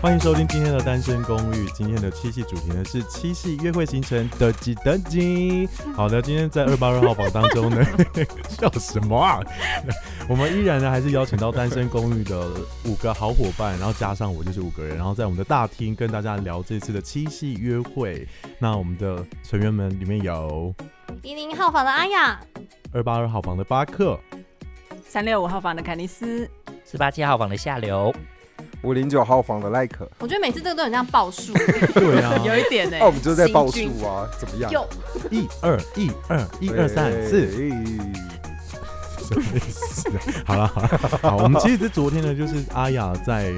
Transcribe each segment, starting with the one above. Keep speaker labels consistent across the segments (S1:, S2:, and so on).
S1: 欢迎收听今天的《单身公寓》。今天的七夕主题呢是七夕约会行程的几等级。好的，今天在二八二号房当中呢， 笑什么啊？我们依然呢还是邀请到《单身公寓》的五个好伙伴，然后加上我就是五个人，然后在我们的大厅跟大家聊这次的七夕约会。那我们的成员们里面有
S2: 一零号房的阿雅，
S1: 二八二号房的巴克，
S3: 三六五号房的凯尼斯，
S4: 四八七号房的下流，
S5: 五零九号房的赖可，
S2: 我觉得每次这个都很像报数，
S1: 对啊，
S3: 有一点呢、欸
S5: 那、哦我们就在报数啊，怎么样？
S2: 哎有
S1: 一二一二一二三四，
S5: 哎
S1: 什么意思？好了好了，好，我们其实是昨天呢，就是阿雅在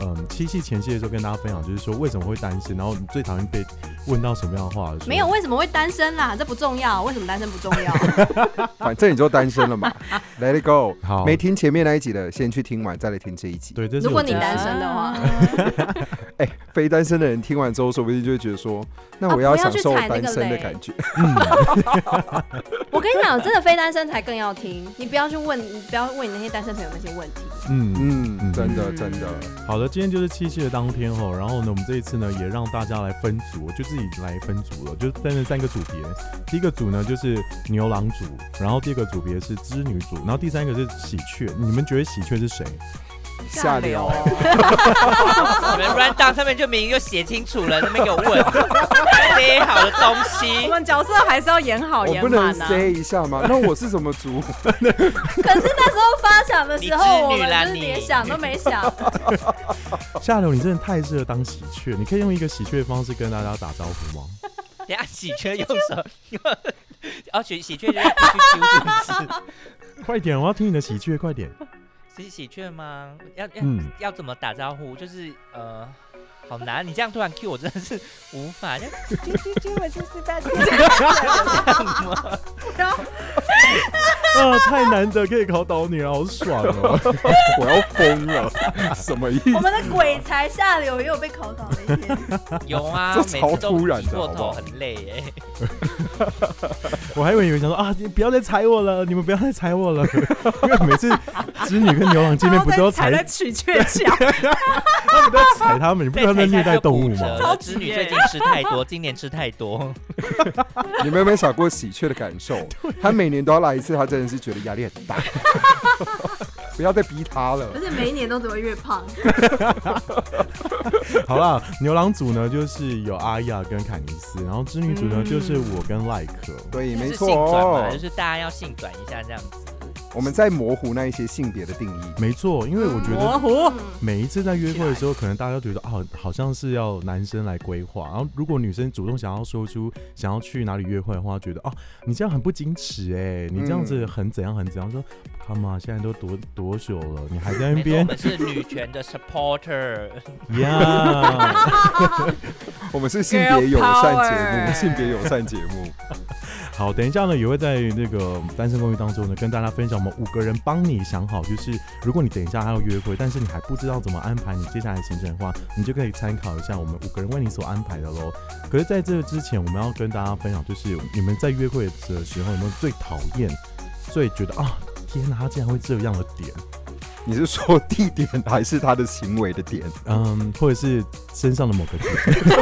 S1: 嗯七夕前夕的时候跟大家分享，就是说为什么会单身，然后你最讨厌被问到什么样的话？
S2: 没有？为什么会单身啦？这不重要，为什么单身不重 要？
S5: 反正你就单身了 嘛，Let it go。
S1: 好
S5: 没听前面那一集的，先去听完，再来听这一集。
S1: 对，这是
S2: 如果
S1: 我
S2: 你单身的话
S3: 话，
S5: 哎、非单身的人听完之后，说不定就会觉得说，那
S2: 啊
S5: 我要
S2: 不要
S5: 享
S2: 去
S5: 受
S2: 踩那
S5: 单
S2: 个
S5: 身的
S2: 雷
S5: 感觉。
S2: 我跟你讲，真的非单身才更要听，你不要去问，你不要问你那些单身朋友那些问题。
S1: 嗯。
S5: 嗯，
S1: 嗯
S5: 真的
S3: 嗯
S5: 真的，
S1: 好的，今天就是七夕的当天哦，然后呢，我们这一次呢也让大家来分组，就自己来分组了，就分了三个组别。第一个组呢就是牛郎组，然后第二个组别是织女组，然后第三个是喜鹊。你们觉得喜鹊是谁？
S5: 下流。
S3: 哦
S6: 你们 run down 上面就明明就写清楚了，那边给 我问，塞好的东
S3: 我
S6: 西，
S3: 们角色还是要演好
S5: 我
S3: 演
S5: 不能
S3: 满啊。
S5: say 一下吗？那我是什么族？
S2: 可是那时候发想的时候，我
S6: 你织女啦
S2: 们是
S6: 你
S2: 连想都没想，
S1: 下流，你真的太适合当喜鹊，你可以用一个喜鹊的方式跟大家打招呼吗？
S6: 等一下喜鹊用什么？哦，喜喜鹊就是必须揪是不是？
S1: 快点，我要听你的喜鹊，快点！
S6: 是喜鹊吗？要要、
S1: 嗯
S6: 要怎么打招呼？就是呃。好难，你这样突然 Q 我真的是无法。就啾啾啾，我是四八七。
S1: 啊，太难得可以考倒你了，好爽哦！
S5: 我要 疯了，什么意思
S2: 我？们的鬼才下流也有被考倒的一天。
S6: 有啊，
S5: 这
S6: 每
S5: 超
S6: 次都
S5: 突然
S6: 挤
S5: 的
S6: 过
S5: 好不
S6: 头
S5: 好
S6: 很累耶。
S1: 我还以为你们想说啊，你不要再踩我了，你们不要再踩 我了，因为每次织女跟牛郎见面不都要踩
S3: 踩，在曲鹊桥？
S1: 他们都要踩他们，你不觉得他们在虐待动物
S6: 再踩一下就骨折
S1: 吗？
S6: 了
S3: 超级
S6: 子女
S3: 耶
S6: 最近吃太多，今年吃太 多。
S5: 你们有没有想过喜鹊的感 受？他每年都要来一次，他真的是觉得压力很大。 不要再逼他了
S2: 不。是每一年都只会越胖，
S1: 好啦，牛郎组呢就是有阿雅跟凯尼斯，然后织女组呢
S3: 嗯
S1: 就是我跟赖克。
S5: 对，没
S6: 就是
S5: 错
S6: 性转嘛，
S5: 哦
S6: 就。是大家要性转一下这样子。
S5: 我们在模糊那一些性别的定义。
S1: 没错，因为我觉得
S3: 模糊。
S2: 嗯
S1: 每一次在约会的时候，可能大家都觉得啊，好像是要男生来规划。然后如果女生主动想要说出想要去哪里约会的话，觉得哦，你这样很不矜持哎、你这样子很怎样很怎样。说他妈现在都多多久了，你还在那
S6: 没错，我
S1: 边
S6: 们是女权的 supporter。
S1: 呀？
S5: 我们是性别友善节
S3: Girl
S1: 哎
S5: 目，
S3: power
S5: 性别友善节目。
S1: 好，等一下呢，也会在那个单身公寓当中呢，跟大家分享我们五个人帮你想好，就是如果你等一下还要约会，但是你还不知道怎么安排你接下来的行程的话，你就可以参考一下我们五个人为你所安排的喽。可是在这之前，我们要跟大家分享，就是你们在约会的时候有没有最讨厌、最觉得啊，天哪，他竟然会这样的点，
S5: 你是说地点还是他的行为的点？
S1: 嗯，或者是身上的某个点，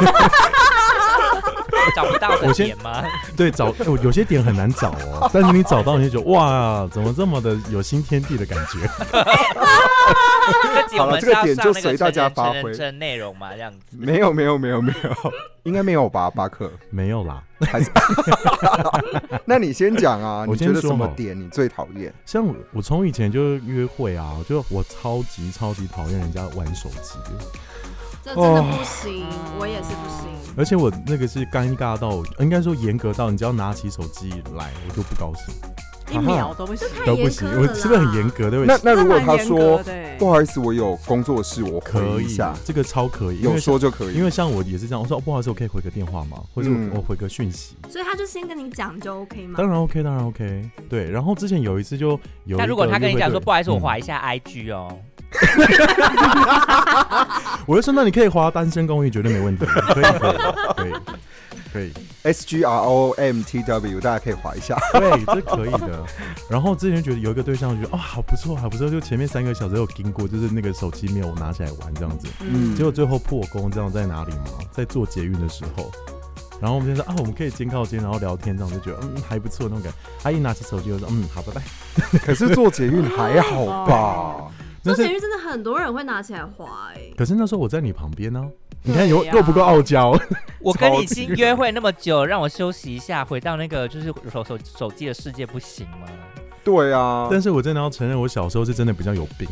S6: 找不到
S1: 我
S6: 的
S1: 先
S6: 点 吗？
S1: 对，找哎我有些点很难找哦，但是你找到你就觉得哇，怎么这么的有新天地的感觉？
S6: 这集
S5: 好
S6: 我
S5: 了
S6: 们
S5: 这
S6: 是
S5: 个
S6: 要
S5: 点
S6: 上
S5: 就
S6: 那
S5: 随
S6: 个
S5: 大
S6: 成
S5: 家
S6: 人
S5: 发
S6: 成人
S5: 挥
S6: 证内容嘛，这样子。
S5: 没有，没有，没有，没有，应该没有吧，巴克？
S1: 没有啦，
S5: 还是？那你先 讲啊，
S1: 我
S5: 你
S1: 先
S5: 觉得什
S1: 说
S5: 么
S1: 好
S5: 点你最讨厌？
S1: 像我我从以前就约会啊，就我超级超级讨厌人家玩手机的，
S2: 这真的不行，我也是不行。
S1: 而且我那个是尴尬到，应该说严格到，你只要拿起手机来，我就不高兴。
S3: 一秒都不行。
S2: 太
S1: 都
S2: 严
S1: 不
S2: 苛
S1: 行，
S2: 了
S1: 我
S2: 啦
S1: 真的很严格，对不
S5: 那
S1: 起。
S5: 那如果他
S3: 这蛮严
S5: 说
S3: 格的欸
S5: 不好意思，我有工作室，我回
S1: 可
S5: 一
S1: 以啊
S5: 下，，
S1: 这个超可以，因
S5: 有
S1: 为
S5: 说就可以。
S1: 因为像我也是这样，我说、哦、不好意思，我可以回个电话吗？或者我哦
S5: 嗯
S1: 我回个讯息？
S2: 所以他就先跟你讲就 OK 吗？
S1: 当然 OK，当然 OK。对，然后之前有一次就有一个约会队，
S6: 但如果他跟你讲说不好意思，我
S1: 嗯
S6: 划一下 IG 哦，
S1: 嗯我就说那你可以滑单身公寓，绝对没 问题，可以，可以，可以，
S5: S G R O M T W，大家可以划 一下。
S1: 对，这可以 的。然后之前觉得有一个对象，觉得哦好不错，好不错，就前面三个小时有经过，就是那个手机没有拿起来玩这样子。
S5: 嗯，
S1: 结果最后破功，你知道在哪里吗？在做捷运的时候。然后我们就说啊，我们可以肩靠肩，然后聊天，这样就觉得嗯还不错那种感觉。他一拿起手机就说嗯好，拜拜。
S5: 可是做捷运还好吧？
S1: 但
S2: 周
S1: 是
S2: 杰伦真的很多人会拿起来滑哎、
S1: 可是那时候我在你旁边呢、你看有
S3: 对呀
S1: 又不够傲娇，
S6: 我跟你
S1: 超
S6: 已
S1: 级
S6: 经约会那么久，让我休息一下，回到那个就是手手手机的世界不行吗？
S5: 对啊，
S1: 但是我真的要承认，我小时候是真的比较有 病，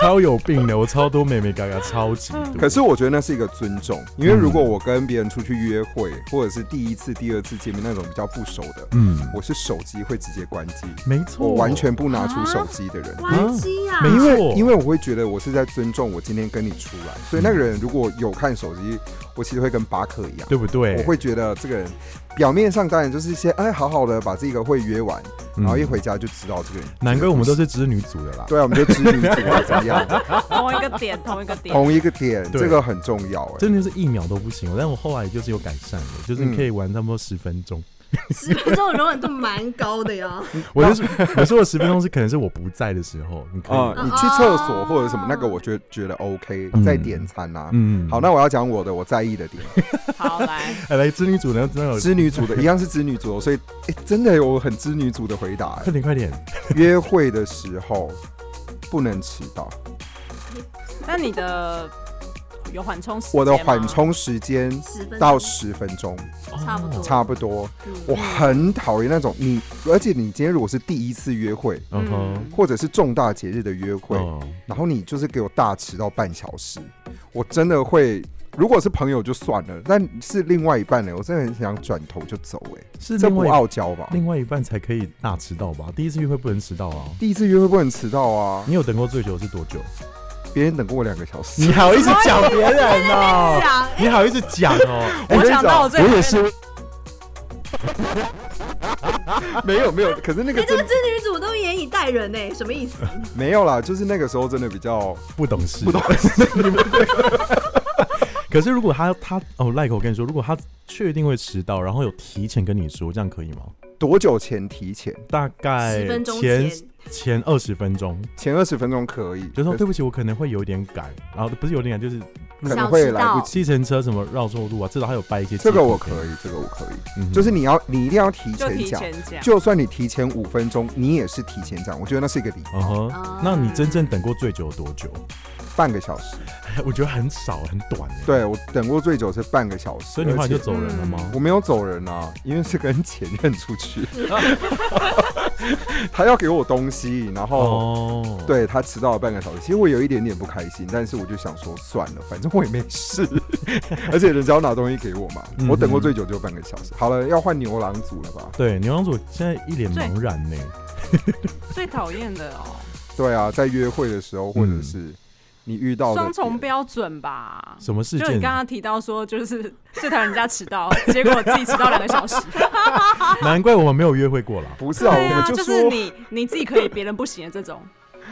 S1: 超有病的，我超多妹妹嘎嘎，超级多。
S5: 可是我觉得那是一个尊重，因为如果我跟别人出去约会，或者是第一次、第二次见面那种比较不熟的，
S1: 嗯，
S5: 我是手机会直接关机，
S1: 没错，
S5: 我完全不拿出手机的人。
S2: 玩机啊，
S1: 没
S5: 因为
S1: 错
S5: 因为我会觉得我是在尊重我今天跟你出来，所以那个人如果有看手机，我其实会跟巴克一样，
S1: 对不对？
S5: 我会觉得这个人表面上当然就是一些哎好好的把这个会约完，
S1: 嗯
S5: 然后一回家就知道这个人。
S1: 难怪我们都是织女组的啦。
S5: 对啊，我们就知你怎么怎么样，
S3: 同一个点，同一个点。
S5: 同一个点，
S1: 对
S5: 这个很重要哎、
S1: 真的是一秒都不行，但我后来就是有改善了，就是
S5: 嗯
S1: 你可以玩差不多十分钟。
S2: 十分钟的容忍度蛮高的呀。
S1: 我 就是我说的十分钟是可能是我不在的时候，你可以。
S5: 啊、
S2: 嗯
S5: 你去厕所或者什么那个，我觉得觉得 OK，
S1: 嗯
S5: 再点餐啊。
S1: 嗯
S5: 好，那我要讲我的我在意的 点，
S3: 好来，
S1: 哎来织女组呢？真的有，
S5: 织女组的一样是织女组的，所以哎、真的有很织女组的回答、欸
S1: 快点快点！
S5: 约会的时候不能迟到，
S3: 那你的有缓冲时间
S5: 我
S3: 吗
S5: 的缓冲时间
S2: 十分钟
S5: 到十分钟
S2: 差不多
S5: 差不多。
S2: 嗯
S5: 我很讨厌那种你，而且你今天如果是第一次约会，
S1: 嗯哼，
S5: 或者是重大节日的约会，
S1: 哦
S5: 然后你就是给我大迟到半小时，我真的会。如果是朋友就算了，但是另外一半呢，我真的很想转头就走、哎，
S1: 是
S5: 这
S1: 另
S5: 不
S1: 外
S5: 傲娇吧？
S1: 另外一半才可以大迟到吧？第一次约会不能迟到啊！
S5: 第一次约会不能迟到啊！
S1: 你有等过最久是多久？
S5: 别人等过我两个 小时，
S1: 你好意思讲别人
S2: 啊
S1: 哦？
S3: 讲
S1: 你好意思讲哦？
S5: 哎
S3: 我想到我最讨厌
S5: 也是，没有没有，可是那
S2: 你
S5: 个
S2: 哎这个
S5: 真
S2: 织女组都严以待人呢、什么意思？
S5: 没有啦，就是那个时候真的比较
S1: 不懂事
S5: 不。懂事。
S1: 可是如果他他哦赖口跟你说，如果他确定会迟到，然后有提前跟你说，这样可以吗？
S5: 多久前提前？
S1: 大概
S2: 十分钟
S1: 哎前
S2: 前
S1: 前二十分钟，
S5: 前二十分钟可以，
S1: 就说嗯
S5: 可是
S1: 对不起，我可能会有点赶，然后不是有点赶，就是
S5: 可能会来不
S2: 小迟到
S5: 及。
S1: 计程车什么绕错路啊，至少还有掰一些。
S5: 这个我可，以，这个我可以，
S1: 嗯哼
S5: 就是你要你一定要提
S3: 就提
S5: 前讲。
S3: 前讲，
S5: 就算你提前五分钟，你也是提前讲，我觉得那是一个礼
S1: 嗯
S5: 貌。
S1: 哼。
S2: 哦
S1: 那你真正等过最久多久？
S5: 半个小时，
S1: 我觉得很少，很短欸。
S5: 对我等过最久是半个小时，
S1: 所以你后来就
S5: 而且
S1: 走人了吗？
S5: 我没有走人啊，因为是跟前任出去， 他要给我东西，然后、
S1: 哦，
S5: 嗯对他迟到了半个小时，其实我有一点点不开心，但是我就想说算了，反正我也没事， 而且人家要拿东西给我嘛，
S1: 嗯哼
S5: 我等过最久就半个小时。好了，要换牛郎组了吧？
S1: 对，牛郎组现在一脸
S3: 最
S1: 茫然欸呢。
S3: 最讨厌的哦，
S5: 对啊，在约会的时候或
S1: 嗯
S5: 者是你遇到的
S3: 双重
S5: 点
S3: 标准吧。
S1: 什么事
S3: 就
S1: 件？
S3: 你刚刚提到说，就是 最讨厌人家迟到，结果自己迟到两个小时。
S1: 难怪我们没有约会过啦。
S5: 不 是啊，我
S3: 对啊，
S5: 们
S3: 就
S5: 说。
S3: 是你你自己可以，别人不行的这种。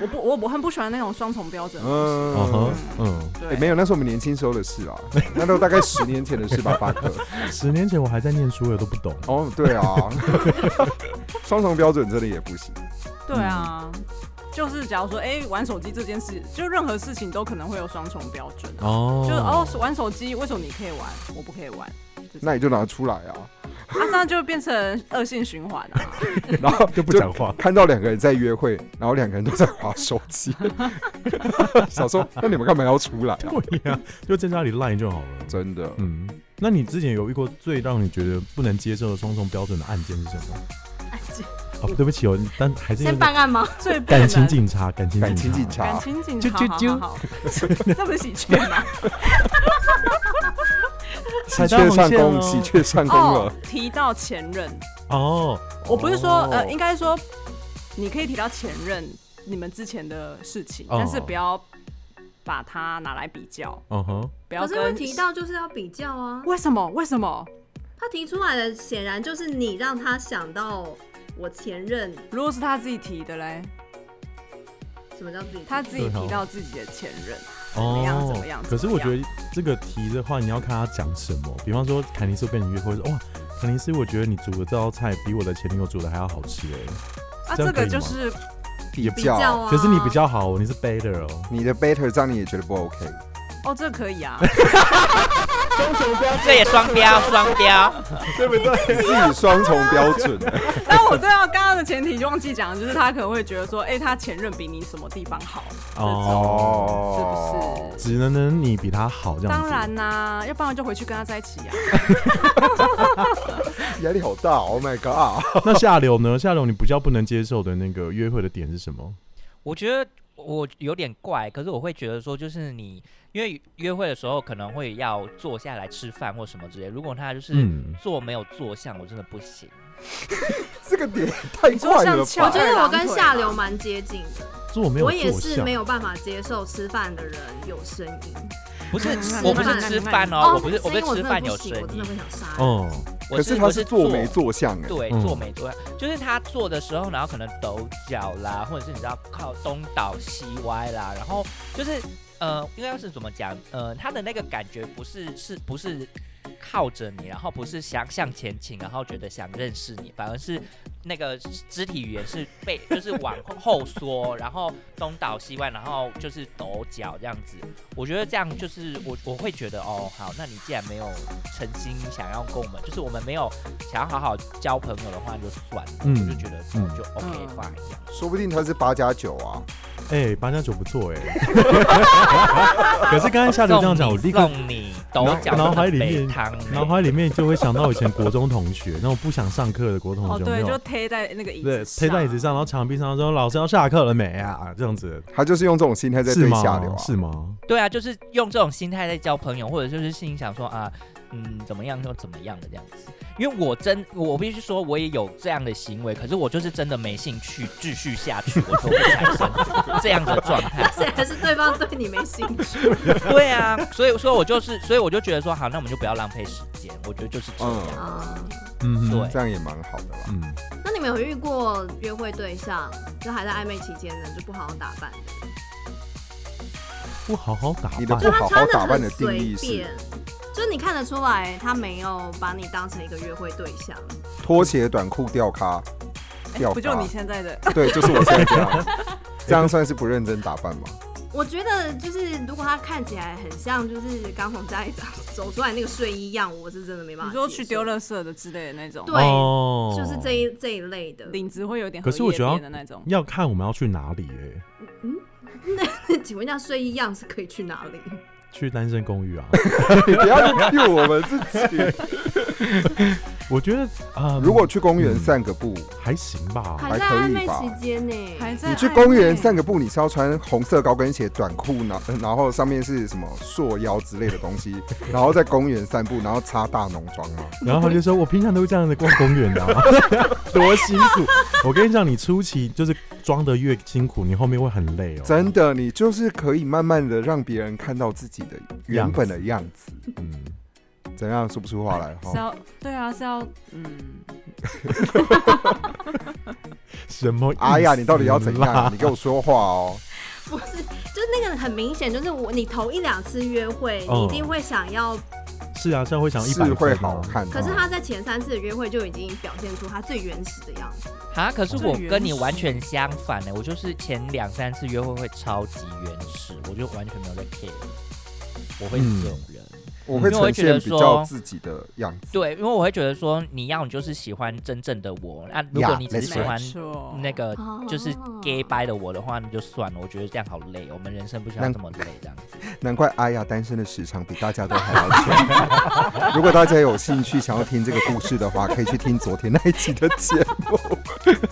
S3: 我不，我我很不喜欢那种双重标准。
S5: 嗯
S1: 嗯哼，嗯，
S5: 欸
S3: 对，
S5: 没有，那是我们年轻时候的事啊，那都大概十年前的事吧，巴克。
S1: 十年前我还在念书，我都不懂。
S5: 哦，对啊，双重标准真的也不行。
S3: 对啊，就是假如说，哎、玩手机这件事，就任何事情都可能会有双重标准啊。
S1: 哦，
S3: 就是哦，玩手机为什么你可以玩，我不可以玩？
S5: 那你就拿出 来啊，
S3: 啊，这样就变成恶性循环啊。
S5: 然后
S1: 就不讲话。
S5: 看到两个人在约会，然后两个人都在划手 机，想说那你们干嘛要出来啊？
S1: 对呀，就在家里赖就好了。
S5: 真的，
S1: 嗯，那你之前有遇过最让你觉得不能接受的双重标准的案件是什么？
S2: 哎这
S1: 哦，对不起哦，但还是有
S2: 先
S1: 点
S2: 办案吗？
S3: 最不
S1: 感情
S3: 能
S1: 警察，感情
S5: 感情警，
S3: 感
S5: 察，
S3: 情警
S1: 啾
S3: 察，好
S1: 啾
S3: 好好， 这不是喜鹊吗？
S5: 喜
S1: 踩
S5: 鹊上
S1: 到
S5: 弓，
S1: 红线哦
S5: 喜鹊上弓
S3: 哦
S1: 啊
S5: 了。，
S3: 提到前任，
S1: 哦，
S3: 我不是说
S1: 哦
S3: 呃，应该说你可以提到前任你们之前的事情，
S1: 哦
S3: 但是不要把它拿来比较，
S1: 嗯哼，
S3: 不要
S2: 可是会
S3: 跟
S2: 提到就是要比较啊，
S3: 为什么为什么？
S2: 他提出来的显然就是你让他想到我前任，
S3: 如果是他自己提的嘞，
S2: 什么叫自己？
S3: 他自己
S1: 对哦
S3: 提到自己的前任，
S1: 哦，
S3: 么样怎么样
S1: 可是我
S3: 怎
S1: 觉
S3: 么
S1: 得这个题的话，你要看他讲什么。比方说，凯尼斯跟你约会说，哇，凯尼斯，我觉得你煮的这道菜比我的前女友煮的还要好吃哎，这
S3: 啊，这
S1: 样可
S3: 个
S1: 以
S3: 就
S1: 吗
S3: 是
S5: 比
S2: 比较
S5: 较，
S2: 啊。
S1: 可是你比较好哦，你是 better 哦。
S5: 你的 better 这样你也觉得不 OK？
S3: 哦，这个可以啊，
S6: 这也双标，双标。
S5: 对不对？自己双重标准，
S3: 但我对啊到刚刚的前提就忘记讲，就是他可能会觉得说，哎、他前任比你什么地方好，
S1: 哦，
S3: 是
S5: 哦
S3: 不，是？
S1: 只能能你比他好这样
S3: 当
S1: 子。
S3: 然啦、要不然就回去跟他在一起啊。
S5: 压力好大，Oh my god！
S1: 那下流呢？下流你比较不能接受的那个约会的点是什么？
S6: 我觉得我有点怪，可是我会觉得说，就是你因为约会的时候可能会要坐下来吃饭或什么之类，如果他就是
S1: 嗯，
S6: 坐没有坐相，我真的不行。
S5: 这个点太
S3: 你说
S5: 快
S3: 像
S5: 了
S3: 翘
S5: 吧
S2: 我？觉得我跟下流蛮接近的，
S1: 做没有
S2: 我也
S1: 做
S2: 是
S1: 相
S2: 没有办法接受吃饭的人有声音。
S6: 不是
S3: 嗯，
S6: 我不是吃饭哦，我不是，
S2: 那
S6: 我
S2: 个声音
S6: 是吃饭有
S2: 我真
S6: 声
S2: 的不
S6: 音
S2: 行我真的，会想杀
S5: 嗯
S2: 人。
S1: 哦，
S6: 我
S5: 可
S6: 是
S5: 是
S6: 我
S5: 他是做没做相哎，
S6: 对，
S1: 嗯
S6: 坐没坐，就是他坐的时候，然后可能抖脚啦，或者是你知道靠东倒西歪啦，然后就是呃，应该是怎么讲？呃，他的那个感觉不是是不是靠着你，然后不是想向前倾，然后觉得想认识你，反而是那个肢体语言是被 就是往后缩，然后东倒西歪，然后就是抖脚这样子。我觉得这样就是我我会觉得哦，好，那你既然没有诚心想要跟我们，就是我们没有想要好好交朋友的话，就算了，
S1: 嗯
S6: 我就觉得
S1: 嗯
S6: 就 OK
S3: 嗯
S6: fine 这样。
S5: 说不定他是八加九啊，
S1: 哎，八加九不错哎。 可是刚才下流这样讲，我立刻
S6: 送你抖脚
S1: 脑脑海
S6: 的
S1: 里面
S6: 北汤欸，
S1: 脑海里面就会想到以前国中同学，那种不想上课的国中
S3: 哦，
S1: 同学，有没啊
S3: 对，就
S1: 有？
S3: 贴在那个椅
S1: 对，
S3: 子
S1: 推在椅子上，然后墙壁上说：“老师要下课了没啊？”这样子
S5: 他就是用这种心态在
S1: 是
S5: 对
S1: 吗
S5: 下流啊。
S1: 是吗？
S6: 对啊，就是用这种心态在交朋友，或者就是心里想说啊，嗯，怎么样就怎么样的这样子。因为我真，我必须说，我也有这样的行为，可是我就是真的没兴趣继续下去，我就会产生这样的状 态。
S2: 显然是对方对你没兴趣。
S6: 对啊，所以所以我就是，所以我就觉得说，好，那我们就不要浪费时间。我觉得就是这样。
S5: 嗯
S2: 啊
S1: 嗯哼，
S6: 对
S5: 这样也蛮好的啦。
S1: 嗯，
S2: 那你们有遇过约会对象就还在暧昧期间呢，就不好好打扮的，
S1: 不好好打扮，
S5: 你的
S2: 就
S5: 不
S2: 他
S5: 好
S2: 穿
S5: 好
S2: 的
S5: 打扮
S2: 很
S5: 的定
S2: 随
S5: 义是
S2: 便，就是你看得出来他没有把你当成一个约会对象。
S5: 拖鞋、短裤、吊咖，
S3: 哎
S5: 吊
S3: 不就
S5: 咖
S3: 你，现在的？
S5: 对，就是我现在这 样，这样算是不认真打扮吗？
S2: 我觉得就是如果他看起来很像就是刚从家里走走出来那个睡衣样，我是真的没办法。
S3: 你说去丢，垃圾的之类的那种，
S2: 对
S1: 哦
S2: 就是这一这一类的。
S3: 领子会有点
S1: 可是我觉得
S3: 荷叶边的那种。
S1: 要看我们要去哪里哎、
S2: 请问一下，睡衣样是可以去哪里？
S1: 去单身 公寓啊？
S5: 你不要诱我们自己。
S1: 我觉得啊、呃
S5: 如果去公园散个步，
S3: 啊
S1: 还行吧，
S5: 还
S2: 在
S5: 可
S2: 暧
S5: 以
S2: 昧
S5: 吧
S2: 期间呢，
S3: 还在
S5: 你去
S3: 暧
S5: 公
S3: 昧
S5: 园散个步，你是要穿红色高跟鞋、短裤，然呃然后上面是什么束腰之类的 东西，然后在公园散步，然后擦大浓妆吗？
S1: 然后他就说：“我平常都是这样子逛公园的、 啊， 多辛苦。”我跟你讲，你初期就是装的越辛苦，你后面会很累哦。
S5: 真的，你就是可以慢慢的让别人看到自己的原本的样子。
S1: 嗯，
S5: 怎样说不出 话来
S3: 是
S5: 哈？
S3: 要对啊，是要嗯，
S1: 什么意思啦？
S5: 哎呀，你到底要怎样？你给我说话哦！
S2: 不是，就是那个很明显，就是我你头一两次约会，
S1: 嗯
S2: 你一定会想要，
S1: 是啊，是啊会想一百
S5: 是
S1: 分
S5: 会
S1: 啊
S5: 好看哦
S2: 可
S5: 的
S2: 是，他在前三次的约会就已经表现出他最原始的样子。
S6: 啊，可是我
S3: 最原
S6: 跟你完全相反欸呢、我就是前两三次约会会超级原始，我就完全没有在 care，我会是这种人。
S5: 我会
S6: 因为我会
S5: 呈
S6: 觉得
S5: 现比
S6: 说
S5: 较自己的样子。
S6: 对，因为我会觉得说，你要你就是喜欢真正的我，啊，如果
S5: Yeah，
S6: 你只是喜欢
S3: 没错
S6: 那个
S2: 哦
S6: 呃就是 gay bye 的我的话，那就算了，我觉得这样好累，哦我们人生不需要
S5: 那
S6: 这么累这样子。
S5: 难怪阿雅单身的时长比大家都还要久。 如果大家有兴趣想要听这个故事的话，可以去听昨天那一集的节 目。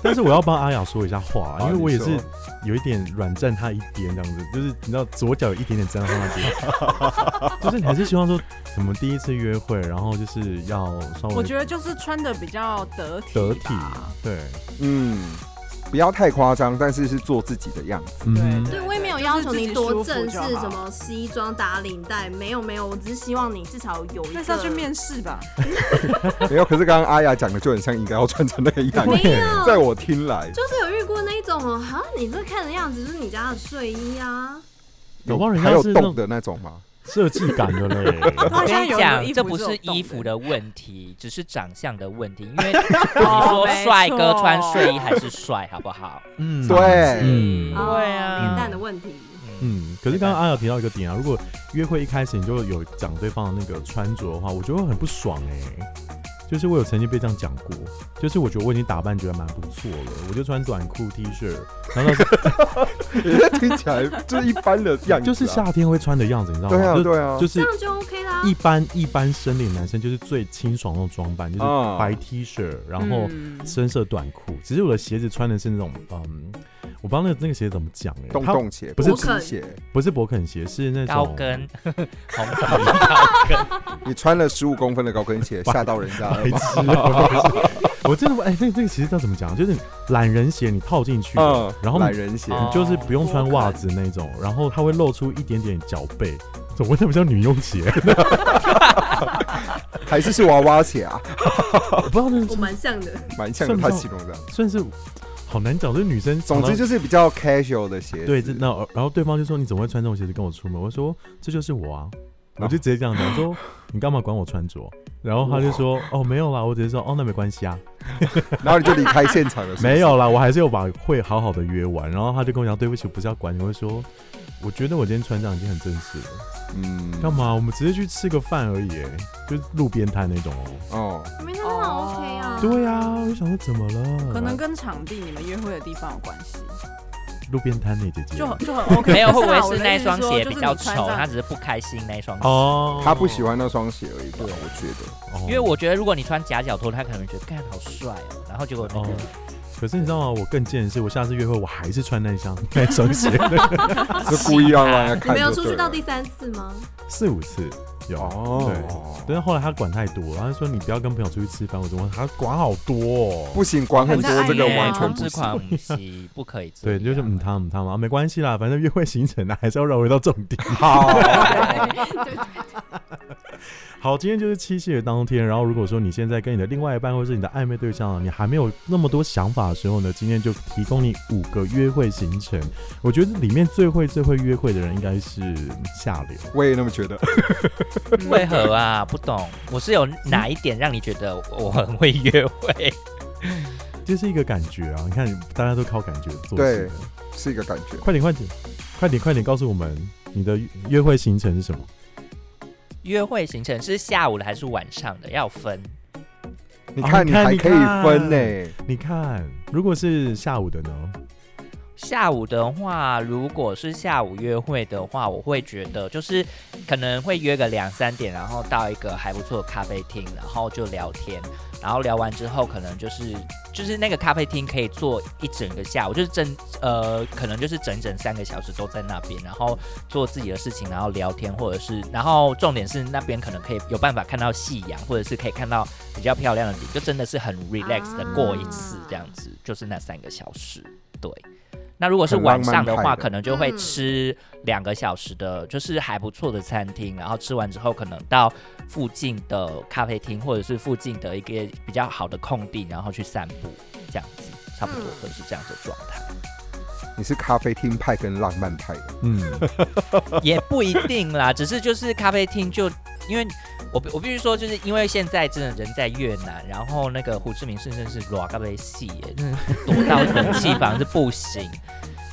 S1: 但是我要帮阿雅说一下话，啊因
S5: 好啊
S1: 为我也
S5: 你
S1: 是
S5: 说
S1: 有一点 软占她一边这样子，就是你知道左脚有一点点沾到她那边，就是你还是希望说我们第一次约会，然后就是要稍微
S3: 我觉得就是穿的比较得体
S1: 得体
S3: 吧，
S1: 对，
S5: 嗯，不要太夸张，但是是做自己的样子。
S1: 嗯哼
S2: 对，
S3: 对
S2: 我也没有要求你多正式，什么西装打领带，没有没有，我只是希望你至少有一个。
S3: 那是要去面试吧？
S5: 没有，可是刚刚阿雅讲的就很像应该要穿成那个样
S2: 没
S5: 子，
S2: 有，
S5: 在我听来，
S2: 就是有遇过那一种哦，哈，你这看的样子就是你家的睡衣啊，
S1: 有帮人
S5: 还
S1: 家
S5: 有
S1: 是那
S5: 洞
S1: 种
S5: 的那种吗？
S1: 设计感的 嘞，
S3: 我
S6: 我
S3: 现
S6: 跟
S3: 在
S6: 你
S3: 有一个
S6: 讲，
S3: 衣
S6: 这
S3: 服
S6: 不
S3: 是
S6: 是
S3: 有洞
S6: 衣
S3: 的
S6: 服的问题，只是长相的问题。因 为你说
S3: 哦没
S6: 帅哥
S3: 错
S6: 穿睡衣还是帅，好不好？
S1: 嗯，
S5: 对，
S1: 嗯
S2: 哦
S6: 对啊
S2: 脸蛋的问题，
S6: 嗯，
S1: 嗯，可是刚刚阿雅提到一个点啊，如果约会一开始你就有讲对方的那个穿着的话，我觉得会很不爽哎、就是我有曾经被这样讲过，就是我觉得我已经打扮觉得蛮不错了，我就穿短裤 T 恤，然后 那时候
S5: 听起来就是一般的样子啊，
S1: 就是夏天会穿的样子，你知道吗？
S5: 对啊
S1: 就
S5: 对啊
S1: 就是
S2: 这样就 OK 啦。
S1: 一般一般生理男生就是最清爽那种装扮，就是
S5: 啊
S1: 白 T 恤，然后
S3: 嗯
S1: 深色短裤。其实我的鞋子穿的是那种，嗯，我不知道那个那个鞋怎么讲哎、欸，
S5: 洞
S1: 它
S5: 洞鞋，
S1: 不是
S5: 皮鞋，
S1: 不是勃肯鞋，是那种
S6: 高跟红高
S5: 你穿了十五公分的高跟鞋，吓到人家了
S1: 白
S5: 吧？
S1: 痴哦， 我真的不哎，这这个其实要怎么讲？就是懒人鞋，你套进去，
S5: 嗯，
S1: 然后啊
S5: 懒
S1: 你
S5: 人鞋，
S6: 哦
S1: 就是不用穿袜子那种，然后它会露出一点点脚背。怎么那么叫女用 鞋？
S5: 还是是娃娃鞋啊，
S1: 我不知道那
S2: 我
S1: 算
S2: 蛮像的，
S5: 蛮像的，
S1: 算不
S5: 他
S1: 上
S5: 形容的。
S1: 算是好难讲，就是女生常
S5: 总
S1: 常。
S5: 之就是比较 casual 的鞋子，
S1: 对，这那然后对方就说你怎么会穿这种鞋子跟我出门？我说这就是我啊，我 就直接这样讲，我说你干嘛管我穿着？然后他就说哦没有啦，我只是说哦那没关系啊，
S5: 然后你就离开现场 了，是不是
S1: 没，有啦，我还是有把会好好的约完。然后他就跟我讲对不起，我不是要管你，我就说我觉得我今天穿这样已经很正式了，
S5: 嗯，
S1: 干？嘛？我们直接去吃个饭而已、欸，就是路边摊那种哦、
S5: 哦，
S2: 没那很 OK 啊。
S1: 对啊，我就想说怎么了？
S3: 可能跟场地、你们约会的地方有关系，
S1: 路边摊那姐姐
S3: 就很就很 OK。
S6: 没有，会不
S3: 啊
S6: 会
S3: 我
S6: 是
S3: 的
S6: 那
S3: 意思
S6: 双
S3: 说
S6: 鞋
S3: 就是
S6: 比较
S3: 你穿
S6: 丑，
S3: 上
S6: 他只是不开心那双鞋？
S1: 哦，
S5: 他不喜欢那双鞋而已吧，啊我觉得。
S1: 哦，
S6: 因为我觉得如果你穿夹脚拖，他可能觉得干好帅哦，然后结果那个
S1: 哦可是你知道吗？我更贱的是，我下次约会我还是穿那双 那双鞋，
S5: 是故意要让人
S2: 哦
S5: 家
S2: 啊你
S5: 看
S2: 没
S5: 就对了，啊
S2: 有出去到第三次吗？
S1: 四五次有。对，
S5: 哦，
S1: 但是后来他管太多，他就说你不要跟朋友出去吃饭，我怎么他管好多、哦？
S5: 不行，管很多这个
S3: 很
S2: 啊
S5: 完全
S6: 同
S5: 不
S6: 志
S5: 行。
S6: 款不行，不可以啊这
S1: 对，
S6: 样。
S1: 就是嗯他嗯他嘛，没关系啦，反正约会行程呢、还是要绕回到重点。
S5: 好，
S1: 好，今天就是七夕的当天，然后如果说你现在跟你的另外一半或是你的暧昧对象啊，你还没有那么多想法的时候呢，今天就提供你五个约会行程。我觉得里面最会最会约会的人应该是下流。
S5: 我也那么觉得。
S6: 为何啊？不懂，我是有哪一点让你觉得我很会约会？
S1: 这是一个感觉啊！你看，大家都靠感觉做事
S5: 对
S1: 的。
S5: 是一个感觉。
S1: 快点，快点，快点，快点，告诉我们你的约会行程是什么？
S6: 约会行程是下午的还是晚上的？要分。
S5: 你看，
S3: 哦
S1: 你
S5: 你
S1: 看
S5: 还
S1: 你
S5: 可以
S1: 看
S5: 分呢。
S1: 你看，如果是下午的呢？
S6: 下午的话，如果是下午约会的话，我会觉得就是可能会约个两三点，然后到一个还不错的咖啡厅，然后就聊天，然后聊完之后，可能就是就是那个咖啡厅可以坐一整个下午，就是整呃可能就是整整三个小时都在那边，然后做自己的事情，然后聊天，或者是然后重点是那边可能可以有办法看到夕阳，或者是可以看到比较漂亮的景，就真的是很 relax 的过一次这样子，就是那三个小时，对。那如果是
S5: 很浪
S6: 晚
S5: 漫
S6: 上的话，
S5: 派的
S6: 可能就会
S2: 嗯
S6: 吃两个小时的，就是还不错的餐厅，然后吃完之后，可能到附近的咖啡厅或者是附近的一个比较好的空地，然后去散步，这样子，差不多
S2: 嗯
S6: 会是这样的状态，
S5: 你是咖啡厅派跟浪漫派的，
S1: 嗯，
S6: 也不一定啦，只是就是咖啡厅就因为。我必我必须说，就是因为现在真的人在越南，然后那个胡志明市真是软咖啡系耶，真的是躲到冷气房是不行。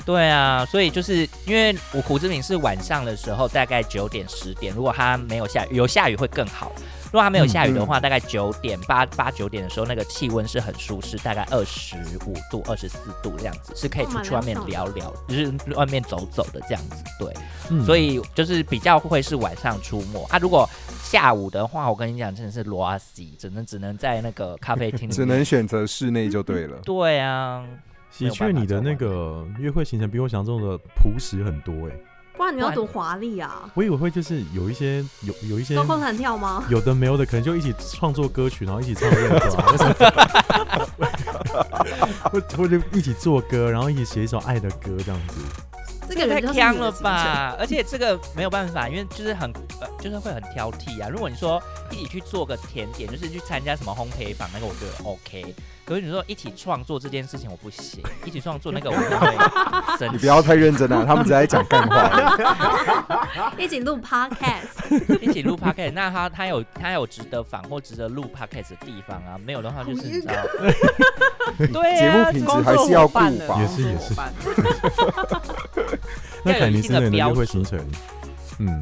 S6: 对啊，所以就是因为我胡志明是晚上的时候，大概九点十点，如果它没有下雨，有下雨会更好。如果它没有下雨的话，大概九点八八九点的时候，那个气温是很舒适，大概二十五度、二十四度这样子，是可以出去外面聊聊，就是外面走走的这样子。对，
S1: 嗯
S6: 所以就是比较会是晚上出没啊。如果下午的话，我跟你讲，真的是罗阿西，只能只能在那个咖啡厅里面，
S3: 嗯
S5: 只能选择室内就对了。
S6: 对啊，
S1: 喜鹊，你的那个约会行程比我想象中的朴实很多哎、
S2: 不然你要多华丽啊！
S1: 我以为会就是有一些有有一些
S2: 高空弹跳吗？
S1: 有的没有的，可能就一起创作歌曲，然后一起 唱认歌啊，或者 或或者一起做歌，然后一起写一首爱的歌这样子。
S2: 这
S6: 这
S2: 个
S6: 太
S2: 人就是
S6: 强
S2: 你
S6: 了
S2: 的行程？
S6: 吧！而且这个没有办法，因为就是很呃，就是会很挑剔啊。如果你说一起去做个甜点，就是去参加什么烘焙坊，那个我觉得 OK。可是你说一起创作这件事情，我不行。一起创作那个我会生
S5: 你不
S6: 气。
S5: 要太认真啊 了，他们只在讲干话。
S2: 一起录 podcast，
S6: 一起录 podcast，那他他有他有值得访或值得录 podcast 的地方啊，没有的话就是你知道，对
S5: 节
S6: 啊
S5: 目，品质还是要顾
S3: 工作伙
S5: 吧
S3: 伴啊
S1: 也。是也是
S3: 工作伙伴
S1: 那
S6: 要有
S1: 凯尼
S6: 一
S1: 斯
S6: 定的
S1: 的你的约
S6: 标
S1: 会行
S6: 准
S1: 程，嗯，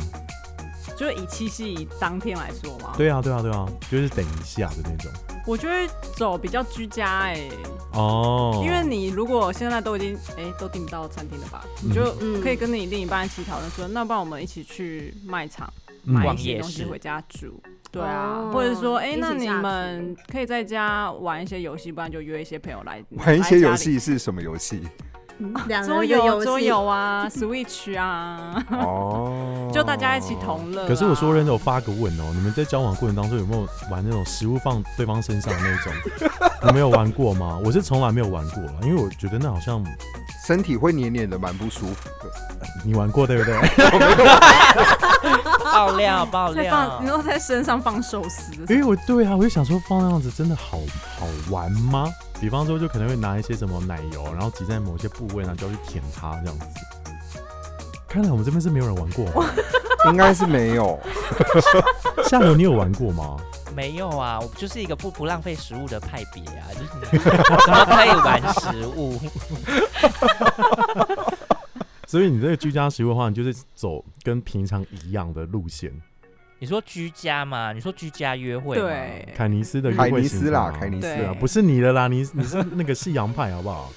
S3: 就是以七夕当天来说嘛，
S1: 对啊对啊对啊，就是等一下的那种
S3: 我就会走比较居家哎、
S1: 哦，
S3: 因为你如果现在都已经哎、都订不到餐厅了吧，
S1: 嗯
S3: 你就
S2: 嗯
S3: 可以跟你另一半一起讨论说，那不然我们一起去卖场
S1: 嗯
S3: 买一
S6: 逛
S3: 些
S6: 夜
S3: 东西
S6: 市
S3: 回家煮。对啊
S2: 哦，
S3: 或者说，哎、
S2: 一起
S3: 那你
S2: 下厨
S3: 们可以在家玩一些游戏，不然就约一些朋友来
S5: 玩一些游，
S3: 来
S5: 戏是什么游戏？
S2: 嗯两
S3: 家里
S2: 人的游
S3: 桌游、
S2: 戏
S3: 桌游啊，Switch 啊，
S5: 哦，
S3: 就大家一起同乐啊、
S1: 哦可是我说认真，我发个问哦，你们在交往过程当中有没有玩那种食物放对方身上的那种？ 你们有玩过吗？我是从来没有玩过啦，因为我觉得那好像
S5: 身体会黏黏的，蛮不舒服的。
S1: 你玩过对 不对？
S6: 爆料爆
S3: 在放，你
S6: 料，
S3: 都在身上放寿司，
S1: 因为我对啊，我就想说放那样子真的好好玩吗？比方说，就可能会拿一些什么奶油，然后挤在某些部位，然后就要去舔它这样子。看来我们这边是没有人玩过哦。
S5: 应该是没 有。
S1: 夏流，你有玩过吗？
S6: 没有啊，我就是一个不不浪费食物的派别啊， 就是你怎么可以玩食物？
S1: 所以你这个居家食物的话，你就是走跟平常一样的路线，
S6: 你说居家嘛？你说居家约会？，
S3: 对，
S1: 凯尼斯的约
S5: 凯
S1: 会
S5: 尼
S1: 行
S5: 斯
S1: 程
S5: 啦，
S1: 吗
S5: 凯尼斯
S3: 对
S5: 啦，
S1: 不是你的啦，你你是那个夕阳派好不好？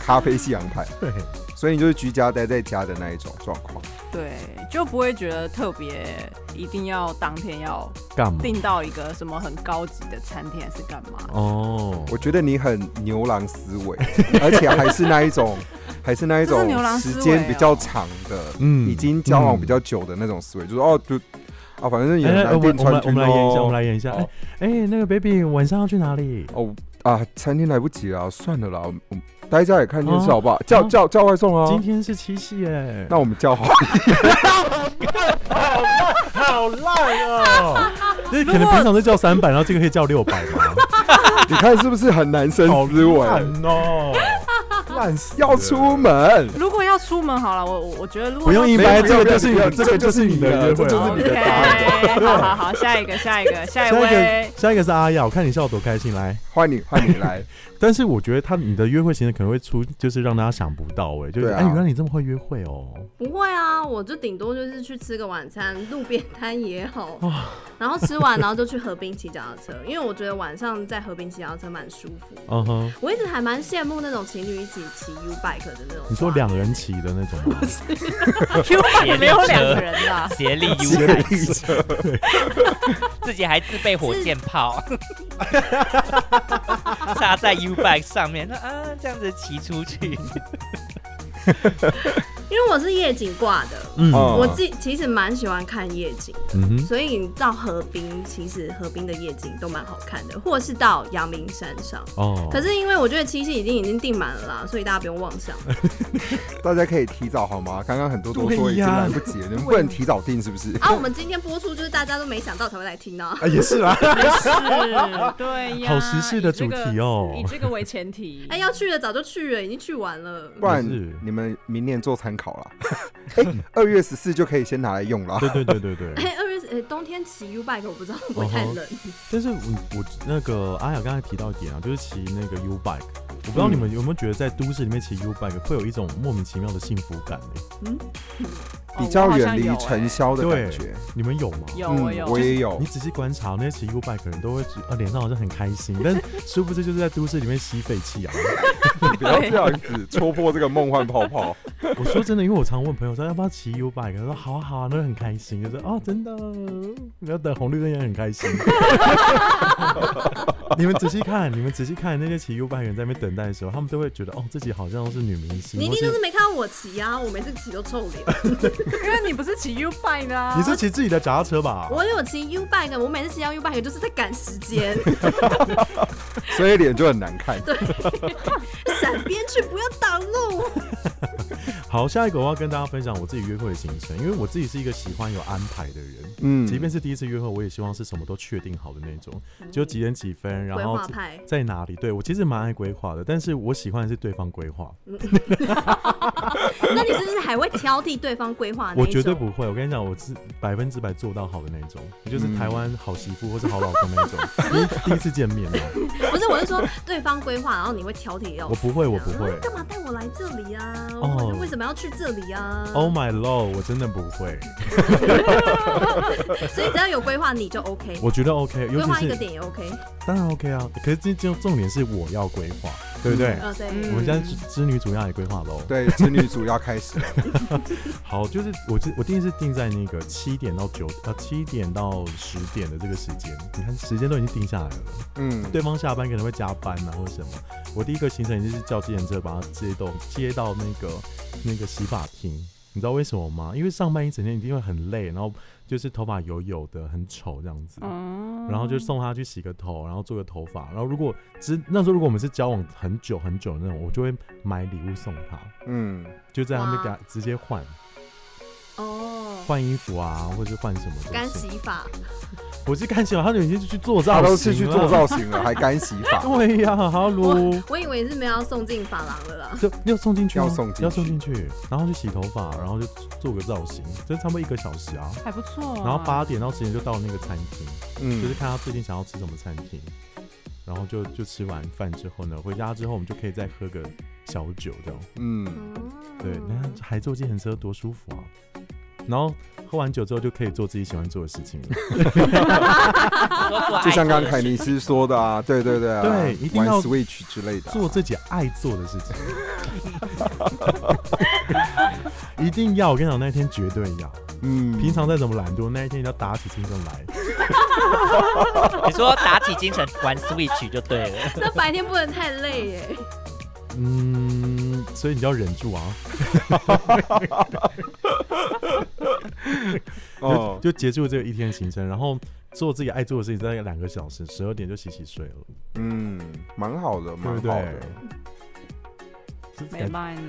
S5: 咖啡西洋派，
S1: 对，
S5: 所以你就是居家待在家的那一种状况。
S3: 对，就不会觉得特别一定要当天要
S1: 干嘛？
S3: 订到一个什么很高级的餐厅还是干嘛？
S1: 哦，
S5: 我觉得你很牛郎思 维，而且还是那一种，还是那一
S3: 这
S5: 种
S3: 是牛郎思
S5: 时
S3: 维哦
S5: 间比较长的，
S1: 嗯
S5: 已经交往比
S1: 嗯
S5: 较久的那种思维，就是哦，就啊，反正也
S1: 哎、哎
S5: 难
S1: 我们
S5: 店
S1: 我们
S5: 穿
S1: 来我
S5: 军
S1: 们来演一下，我们
S5: 哦。
S1: 来演一下。哎、
S5: 哦
S1: 哎那个 baby 晚上要去哪里？
S5: 哦啊，餐厅来不及了，算了啦，我们我们待家里看电视好不好？
S1: 啊
S5: 叫叫叫外送啊
S1: 今！天是七夕哎，
S5: 那我们叫好，
S1: 好烂哦！就是可能平常都叫三百，然后这个可以叫六百 吗？
S5: 你看是不是很男生
S1: 好
S5: 思维？
S1: 烂哦，烂死了！
S5: 要出门，
S3: 如果要出门好了，我我我觉得如果
S1: 不用硬
S5: 没
S1: 掰，
S5: 有
S1: 这个就是
S5: 没有
S1: 你，这个就是你的约会
S5: 这就是
S1: 啊
S5: 你。的答案
S3: OK，好好好，下一个下一个下
S1: 下
S3: 一
S1: 一
S3: 位
S1: 个，，下一个是阿雅，我看你笑得多开心，来。
S5: 换你换你来，
S1: 但是我觉得他你的约会行程可能会出，就是让大家想不到哎、就是
S5: 对啊
S1: 哎，原来你这么会约会哦。
S2: 不会啊，我就顶多就是去吃个晚餐， 路边摊也好，然后吃完然后就去河滨骑脚踏车，因为我觉得晚上在河滨骑脚踏车蛮舒服。
S1: 嗯哼，
S2: 我一直还蛮羡慕那种情侣一起骑 U bike 的那种。
S1: 你说两人骑的那种吗？
S3: Q 版没有两个人啦，
S6: 协力 U
S5: 接
S6: 盘，
S5: 力车，
S6: 自己还自备火箭 炮，插在 U bike 上面，那啊这样子骑出去，
S2: 因为我是夜景挂的，
S1: 嗯
S5: 哦
S2: 我自己其实蛮喜欢看夜景的，
S1: 嗯哼，
S2: 所以你到河滨，其实河滨的夜景都蛮好看的，或是到阳明山上。
S1: 哦，
S2: 可是因为我觉得七夕已经已经订满了啦，所以大家不用妄想。
S5: 大家可以提早好吗？刚刚很多都说已经来不及了，你们不能提早定是不是？
S2: 啊，我们今天播出就是大家都没想到才会来听呢、
S1: 啊也是 啦，
S3: 是，对呀，
S1: 好时事的主题哦
S3: 以这个以这个为前提，
S2: 哎，要去的早就去了，已经去完 了。
S5: 不然
S1: 也是
S5: 你们明年做参考 啦。哎，二月十四就可以先拿来用
S3: 哦
S5: 啦。
S1: 对对对对对。
S2: 哎，二月呃冬天骑 U bike 我不知道会不会
S1: 哦
S2: 太冷。
S1: 但是我我那个阿雅刚才提到一点啊，就是骑那个 U bike，我不知道你们有没有觉得在都市里面骑 U bike 会有一种莫名其妙的幸福感欸呢、
S3: 哦
S5: 比较远离，
S3: 我好像
S5: 尘嚣的
S1: 对
S5: 感觉。
S1: 你们有吗？
S3: 有
S5: 嗯
S3: 哎有我
S5: 我
S3: 有，
S5: 也有
S1: 你。仔细观察那些骑 U bike 可能都会觉得，啊，脸上好像很开心，但是殊不知就是在都市里面吸废气啊。
S5: 不要这样子戳破这个梦幻泡泡。
S1: 我说真的，因为我常问朋友说要不要骑 U bike，他说好啊好啊，那很开心，就是哦真的，然后等红绿灯也很开心。 你们仔细看，你们仔细看那些骑 U 拜人在那边等待的时候，他们都会觉得哦，自己好像是女明星，
S2: 你一
S1: 或
S2: 定
S1: 是
S2: 就是没看到我骑啊，我每次骑都臭脸。
S3: 因为你不是骑 U bike 的啊，
S1: 你是骑自己的脚踏车吧？
S2: 我有骑 U bike，我每次骑到 U bike 就是在赶时 间，
S5: 所以脸就很难看。
S2: 闪边去，不要挡路。
S1: 好，下一个我要跟大家分享我自己约会的行程，因为我自己是一个喜欢有安排的人，
S5: 嗯，
S1: 即便是第一次约会，我也希望是什么都确定好的那种，就几点几分，然
S2: 规
S1: 后
S2: 划
S1: 在
S2: 派
S1: 在哪里。对我其实蛮爱规划的，但是我喜欢的是对方规划，
S2: 那你是不是还会挑剔对方规划？
S1: 我绝对。不会。我跟你讲，我是百分之百做到好的那种，也就是台湾好媳妇或是好老公那种。第一第一次见面嘛，
S2: 不是，我是说对方规划，然后你会挑剔要
S1: 我
S2: 死
S1: 不会，我
S2: 啊
S1: 不会。
S2: 干嘛带我来这里啊？
S1: 哦
S2: 我为什么要去这里啊？
S1: Oh my lord，我真的不会，
S2: 所以只要有规划你就 OK，
S1: 我觉得 OK，尤
S2: 规划
S1: 其
S2: 一个
S1: 是
S2: 点也 OK。
S1: 当然 OK 啊。可是这这重点是我要规划，对不对？
S2: 嗯，对。
S3: 嗯
S1: 我们现在织织女主要也规划喽。
S5: 对，织女组要开始了。
S1: 好，就是我这我定是定在那个七点到九呃七点到十点的这个时间，你看时间都已经定下来了，
S5: 嗯，
S1: 对方下班可能会加班啊或者什么。我第一个行程就是叫计程车把他接到接到那个那个洗发厅，你知道为什么吗？因为上班一整天一定会很累，然后就是头发油油的，很丑这样子。
S3: 嗯
S1: 然后就送他去洗个头，然后做个头发。然后如果之那时候如果我们是交往很久很久的那种，我就会买礼物送他，
S5: 嗯，
S1: 就在他面给
S2: 哇
S1: 他直接换。
S2: 哦，
S1: 换衣服啊，或者是换什么东
S2: 干
S1: 西。
S2: 洗法，
S1: 我是干洗完，他就已经去做造
S5: 他
S1: 型，啊
S5: 都是去做。造型了， 还干洗发，
S1: 对呀、哈喽，
S2: 我以为是没有要送进发廊了啦。
S1: 就要送进去吗，
S5: 要送进去
S1: 要送进去，然后去洗头发，然后就做个造型，这差不多一个小时啊。
S3: 还不错、啊，
S1: 然后八点到十点就到那个餐厅， 就是
S5: 嗯，
S1: 看他最近想要吃什么餐厅，然后就就吃完饭之后呢，回家之后我们就可以再喝个小酒这样。
S5: 嗯，
S1: 对，那还坐计程车多舒服啊！然后喝完酒之后就可以做自己喜欢做的事情了。
S5: 就像刚刚凯尼斯说的啊，对对对啊，
S1: 对一定
S5: 玩
S1: 要
S5: Switch 之类的啊，
S1: 做自己爱做的事情， 一定要！我跟你讲，那一天绝对要。
S5: 嗯，
S1: 平常再怎么懒惰，那一天一定要打起精神来。
S6: 你说打起精神玩 Switch 就对了。
S2: 那白天不能太累耶。
S1: 嗯，所以你要忍住啊！
S5: 哦，
S1: 就结束这个一天的行程，然后做自己爱做的事情，大概两个小时，十二点就洗洗睡了，
S5: 嗯，蛮好的，
S1: 对
S5: 蛮
S1: 不
S5: 好
S1: 对
S5: 的。？
S1: 这感
S3: 没卖呢。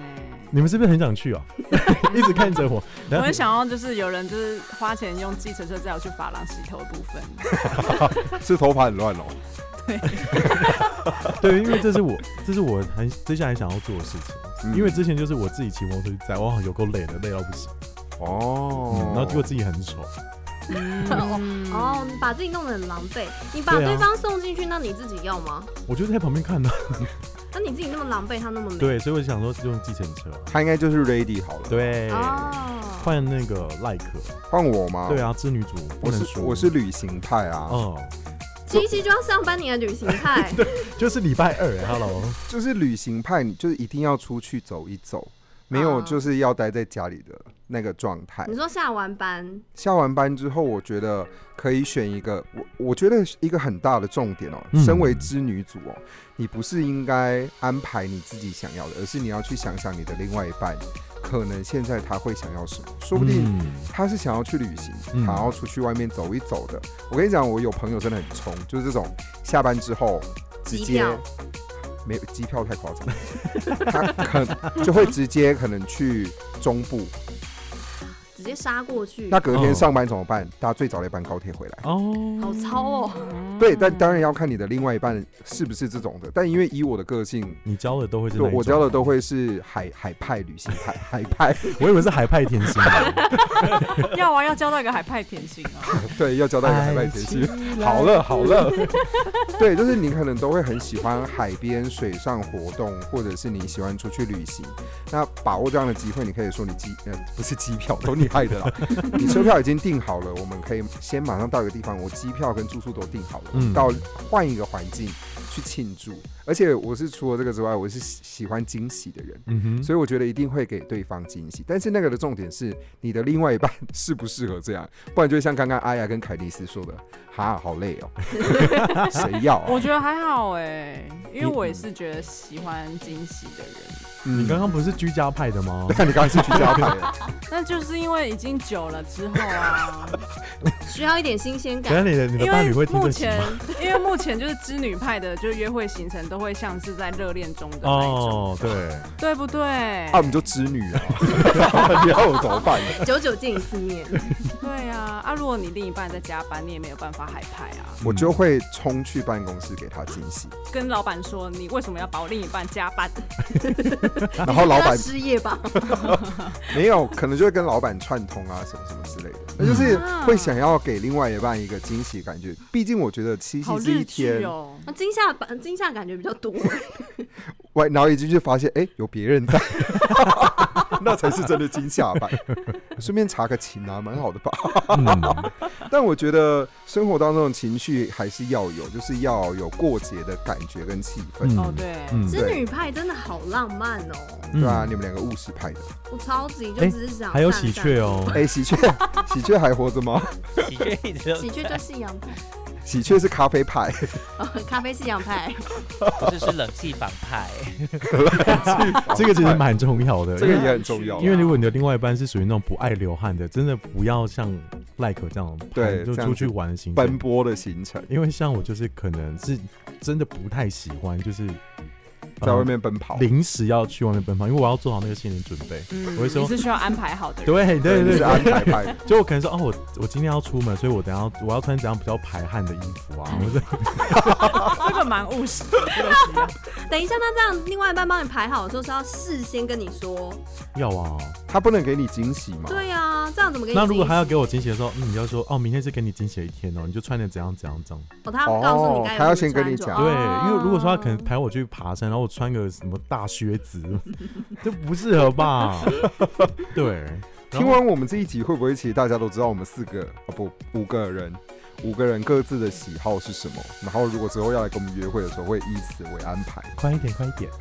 S1: 你们是不是很想去 啊？一直看着我，
S3: 我
S1: 然后
S3: 很想要，就是有人就是花钱用计程车载我去发廊洗头的部 分，
S5: 是头发很乱哦，
S1: 对，因为这是我，这是我很接下来想要做的事情。
S5: 嗯
S1: 因为之前就是我自己骑摩托车去载，哇，有够累的，累到不行，嗯
S5: 哦，
S1: 然后结果自己很丑。
S3: 嗯
S2: 哦，你把自己弄得很狼狈，你把
S1: 嗯对啊
S2: 对方送进去，那你自己要吗？
S1: 我就在旁边 看的。
S2: 那你自己那么狼狈，他那么美。
S1: 对，所以我就想说用计程车啊，
S5: 他应该就是 ready 好了。，
S1: 对，
S2: 哦，
S1: 换那个 like，
S5: 换我吗？
S1: 对，啊，织女主不
S5: 哦我
S1: 能输
S5: 是我是旅行派啊，
S1: 嗯，
S2: 七夕就要上班，你的旅行 派。
S1: 就是礼拜二哎，Hello，
S5: 就是旅行派，你就是一定要出去走一走，没有
S2: 啊
S5: 就是要待在家里的那个状态
S2: 你。说下完班，
S5: 下完班之后，我觉得可以选一个，我我觉得一个很大的重点哦，
S1: 嗯
S5: 身为织女组哦，你不是应该安排你自己想要的，而是你要去想想你的另外一半，可能现在他会想要什么，说不定
S1: 嗯
S5: 他是想要去旅行，
S1: 嗯
S5: 想要出去外面走一走的。我跟你讲，我有朋友真的很冲，就是这种下班之后直
S2: 机
S5: 接
S2: 票
S5: 没有机票太夸张， 他可就会直接可能去中部，
S2: 直接杀过去
S5: 那，隔
S1: 哦
S5: 天上班怎么办？他最早的一班高铁回来。
S1: 哦，
S2: 好糙哦。
S5: 对，但当然要看你的另外一半是不是这种的。但因为以我的个性，
S1: 你教的都会是
S5: 对
S1: 哪一种
S5: 我教的都，会是海海派旅行派，海派
S1: 我以为是海派甜心，啊
S3: 要啊，要交到一个海派甜心 啊，
S5: 对，要交代一个海派甜心。 好了好了， 对，就是你可能都会很喜欢海边水上活动，或者是你喜欢出去旅行。那把握这样的机会，你可以说你机呃不是机票，都你害的啦。你车票已经订好了，我们可以先马上到一个地方，我机票跟住宿都订好了，
S1: 嗯
S5: 到换一个环境去庆祝。而且我是除了这个之外，我是喜喜欢惊喜的人。
S1: 嗯哼，
S5: 所以我觉得一定会给对方惊喜，但是那个的重点是你的另外一半 适不适合这样，不然就会像刚刚阿雅跟凯莉斯说的，哈，好累 哦，谁要、啊？
S3: 我觉得还好哎、因为
S1: 你
S3: 我也是觉得喜欢惊喜的人，
S5: 嗯
S1: 你刚刚不是居家派的吗？
S5: 看 你刚刚是居家派的，
S3: 那就是因为已经久了之后啊，
S2: 需要一点新鲜
S1: 等
S2: 感。
S1: 下你的 你的
S3: 因
S1: 伴
S3: 为
S1: 侣会听
S3: 目
S1: 得起
S3: 前
S1: 吗？
S3: 因为目前就是织女派的，就是约会行程都会像是在热恋中的那一 种，
S1: 哦， 对，
S3: 对不对？
S5: 啊，我们就织女啊，你要我怎么办？
S2: 久久见一次面，
S3: 对啊，啊，如果你另一半在加班，你也没有办法海派啊，
S5: 我就会冲去办公室给他惊喜，
S3: 跟老板说你为什么要把我另一半加班？嗯
S5: 然后老
S2: 要
S5: 板
S2: 失业吧？
S5: 没有，可能就会跟老板串通啊，什么什么之类的，那就是
S3: 啊
S5: 会想要给另外一半一个惊喜感觉。毕竟我觉得七
S3: 好
S5: 夕是
S3: 日
S5: 一
S3: 剧
S5: 天，
S3: 哦，
S2: 啊惊吓版惊吓感觉比较 多，
S5: 外然后一进去发现，哎、有别人在， 那才是真的惊吓版。 顺便查个情啊，蛮好的吧。
S1: 嗯，
S5: 但我觉得生活当中的情绪还是要有，就是要有过节的感觉跟气氛，
S1: 嗯
S3: 哦对，
S1: 嗯
S2: 织女派真的好浪漫哦，
S5: 对啊，你们两个务实派的。
S2: 我超级就
S1: 哎
S2: 只是想
S1: 还有
S2: 散
S1: 喜
S2: 散
S1: 鹊
S2: 步
S1: 哦，
S5: 哎、喜鹊， 喜鹊还活着吗？
S6: 喜鹊一直
S2: 喜
S6: 都
S2: 鹊就是阳派，
S5: 喜鹊是咖 啡派，
S2: 哦咖啡是阳派，
S6: 不是是冷气房派，
S1: 这个其实蛮重要的，
S5: 这个也很重要啊。
S1: 因为如果你的另外一半是属于那种不爱流汗的，真的不要像赖可这样，
S5: 对
S1: 就
S5: 这样
S1: 出去
S5: 子
S1: 玩的行
S5: 奔
S1: 程。
S5: 波的行程，
S1: 因为像我就是可能是真的不太喜欢，就是
S5: 在外
S1: 呃
S5: 面奔跑。
S1: 临时要去外面奔跑，因为我要做好那个心理准备。
S3: 嗯
S1: 我会说
S3: 你是需要安排好的人，
S1: 对对
S5: 你
S1: 对
S5: 是
S1: 对，
S5: 安排派的，
S1: 就我可能说哦，我我今天要出门，所以我等一下我要穿怎样比较排汗的衣服 啊，或者
S3: 哦这个蛮务实的，这个需要。
S2: 等一下，那这样另外一半帮你排好的时候是要事先跟你说，
S1: 要啊。
S5: 他不能给你惊喜吗？
S2: 对啊，这样怎么给你惊喜？
S1: 那如果还要给我惊喜的时候，嗯，你要说哦，明天是给你惊喜的一天哦，你就穿的怎样怎样怎样。
S2: 哦，他要告诉你该
S5: 哦
S2: 有
S5: 他要
S2: 什么
S5: 先跟你
S2: 穿着
S5: 讲
S1: 对，
S3: 哦
S1: 因为如果说他可能陪我去爬山，然后我穿个什么大靴子， 这不适合 吧？对，然
S5: 听
S1: 后
S5: 完我们这一集，会不会其实大家都知道我们四个啊不五个人，五个人各自的喜好是什么？然后如果之后要来跟我们约会的时候，会以此为安排。
S1: 快一点，快一点。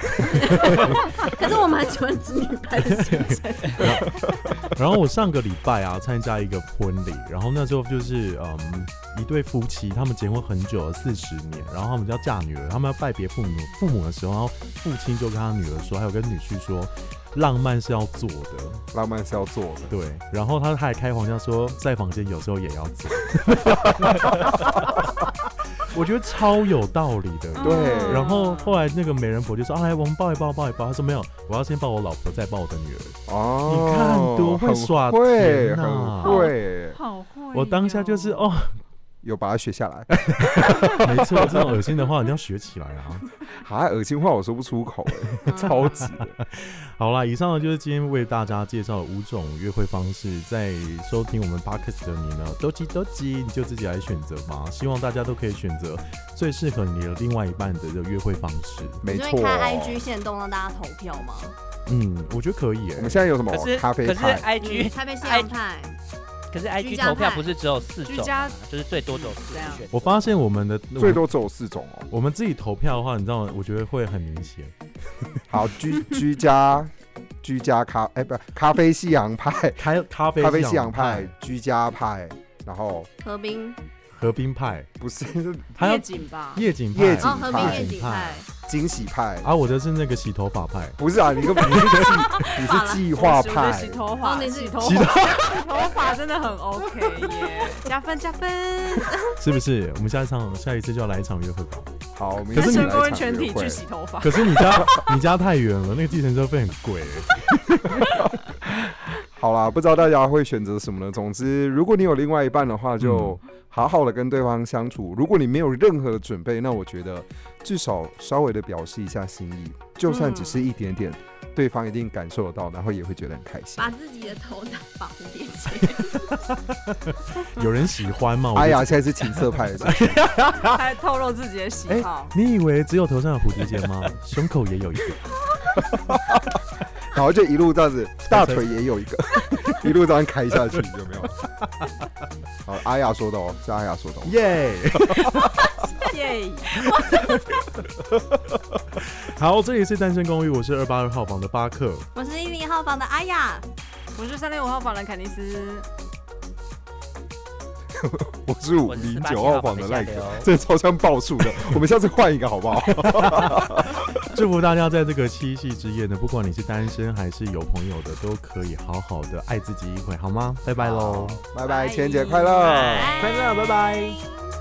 S2: 可是我蛮喜欢织女派的行程，
S1: 然后我上个礼拜啊参加一个婚礼，然后那时候就是嗯一对夫妻，他们结婚很久了，四十年，然后他们就要嫁女儿，他们要拜别父母父母的时候，然后父亲就跟他女儿说，还有跟女婿说，浪漫是要做的，
S5: 浪漫是要做的，
S1: 对，然后他还开黄腔说，在房间有时候也要做，我觉得超有道理的。
S5: 对
S3: 嗯
S1: 然后后来那个媒人婆就说：“啊，来，我们抱一抱，抱一抱。”他说：“没有，我要先抱我老婆，再抱我的女儿。
S5: 哦，
S1: 你看多会
S5: 很
S1: 耍
S5: 会
S1: 钱啊
S5: 很
S1: 呐
S5: 会，
S3: 好会哦、
S1: 我当下就是哦，
S5: 有把它学下来。
S1: 没错，这种恶心的话你要学起来啊！
S5: 啊，恶心话我说不出口、
S2: 嗯
S5: 欸，超级的。
S1: 好啦，以上呢就是今天为大家介绍的五种约会方式，在收听我们 podcast 的你呢，都急都急，你就自己来选择吧。希望大家都可以选择最适合你的另外一半的这个约会方式。
S5: 没
S2: 你就
S5: 错。
S2: 会
S5: 哦
S2: 开 IG 限动让大家投票吗？
S1: 嗯，我觉得可以耶、
S5: 我们现在有什么
S6: 可是
S5: 咖
S6: 可
S5: 啡
S6: 是
S5: 派？
S2: 嗯
S6: IG
S2: 台北是阳派，
S6: 可是
S2: 居
S6: IG
S2: 家
S6: 投票
S2: 派嗯
S6: 不是只有四
S3: 居
S6: 种
S3: 家
S6: 吗，就是最多只有四
S3: 这样
S6: 种选择。
S1: 我发现我们的
S5: 最多只有四种哦。
S1: 我们自己投票的话，你知道，我觉得会很明显。
S5: 好，居居家居家咖哎、不咖啡西 洋派，
S1: 咖咖啡
S5: 咖啡西洋派、、居家派，然后
S2: 河滨
S1: 河滨派，
S5: 不是
S1: 还有
S3: 夜景吧，
S1: 夜景派
S5: 夜景
S2: 哦，河滨夜景派
S1: 派，
S5: 惊喜派。
S1: 啊，我的是那个洗头发派。
S5: 不是啊，你根本你是计你是计划
S3: 我觉得
S5: 派
S3: 洗，头发，
S2: 哦你是
S3: 洗头
S1: 洗头
S3: 发，洗头发真的很 OK 耶，加分加分！
S1: 是不是？我们下一场下一次就要来一场约会吧。
S5: 好，我们一
S1: 可
S5: 起
S1: 是
S5: 来一
S3: 全国人
S5: 场
S3: 全体
S5: 约会
S3: 去。洗 头发，
S1: 可是你家你家太远了，那个计程车费很贵。
S5: 好啦，不知道大家会选择什么呢？总之，如果你有另外一半的话，就好好的跟对方相处。如果你没有任何的准备，那我觉得至少稍微的表示一下心意，就算只是一点点，对方一定感受得到，然后也会觉得很开心。
S3: 啊
S2: 把自己的头打绑蝴蝶结，
S1: 有人喜欢吗？我
S5: 哎
S1: 觉得
S5: 呀，现在是情色派的是不是，
S3: 还透露自己的喜好。
S1: 你以为只有头上有蝴蝶结 吗？胸口也有一个。
S5: 然后就一路这样子，大腿也有一个，一路这样开下去，有 没有？好，阿雅说的哦，是阿雅说的哦。
S1: 耶、哎
S3: 耶，
S1: 好，这里是单身公寓，我是二八二号房的巴克。
S2: 我是一零号房的阿雅，
S3: 我是三六五号房的凯尼斯，
S5: 我是五
S6: 我是
S5: 零
S6: 48
S5: 九号房的赖
S6: 号房的夏
S5: 哥
S6: 流，
S5: 这超像报数的。我们下次换一个好不好？
S1: 祝福大家在这个七夕之夜呢，不管你是单身还是有朋友的，都可以好好的爱自己一回，好吗？拜拜喽，哎
S5: 拜拜，情人节快乐！
S1: 快乐，拜拜。
S2: 拜。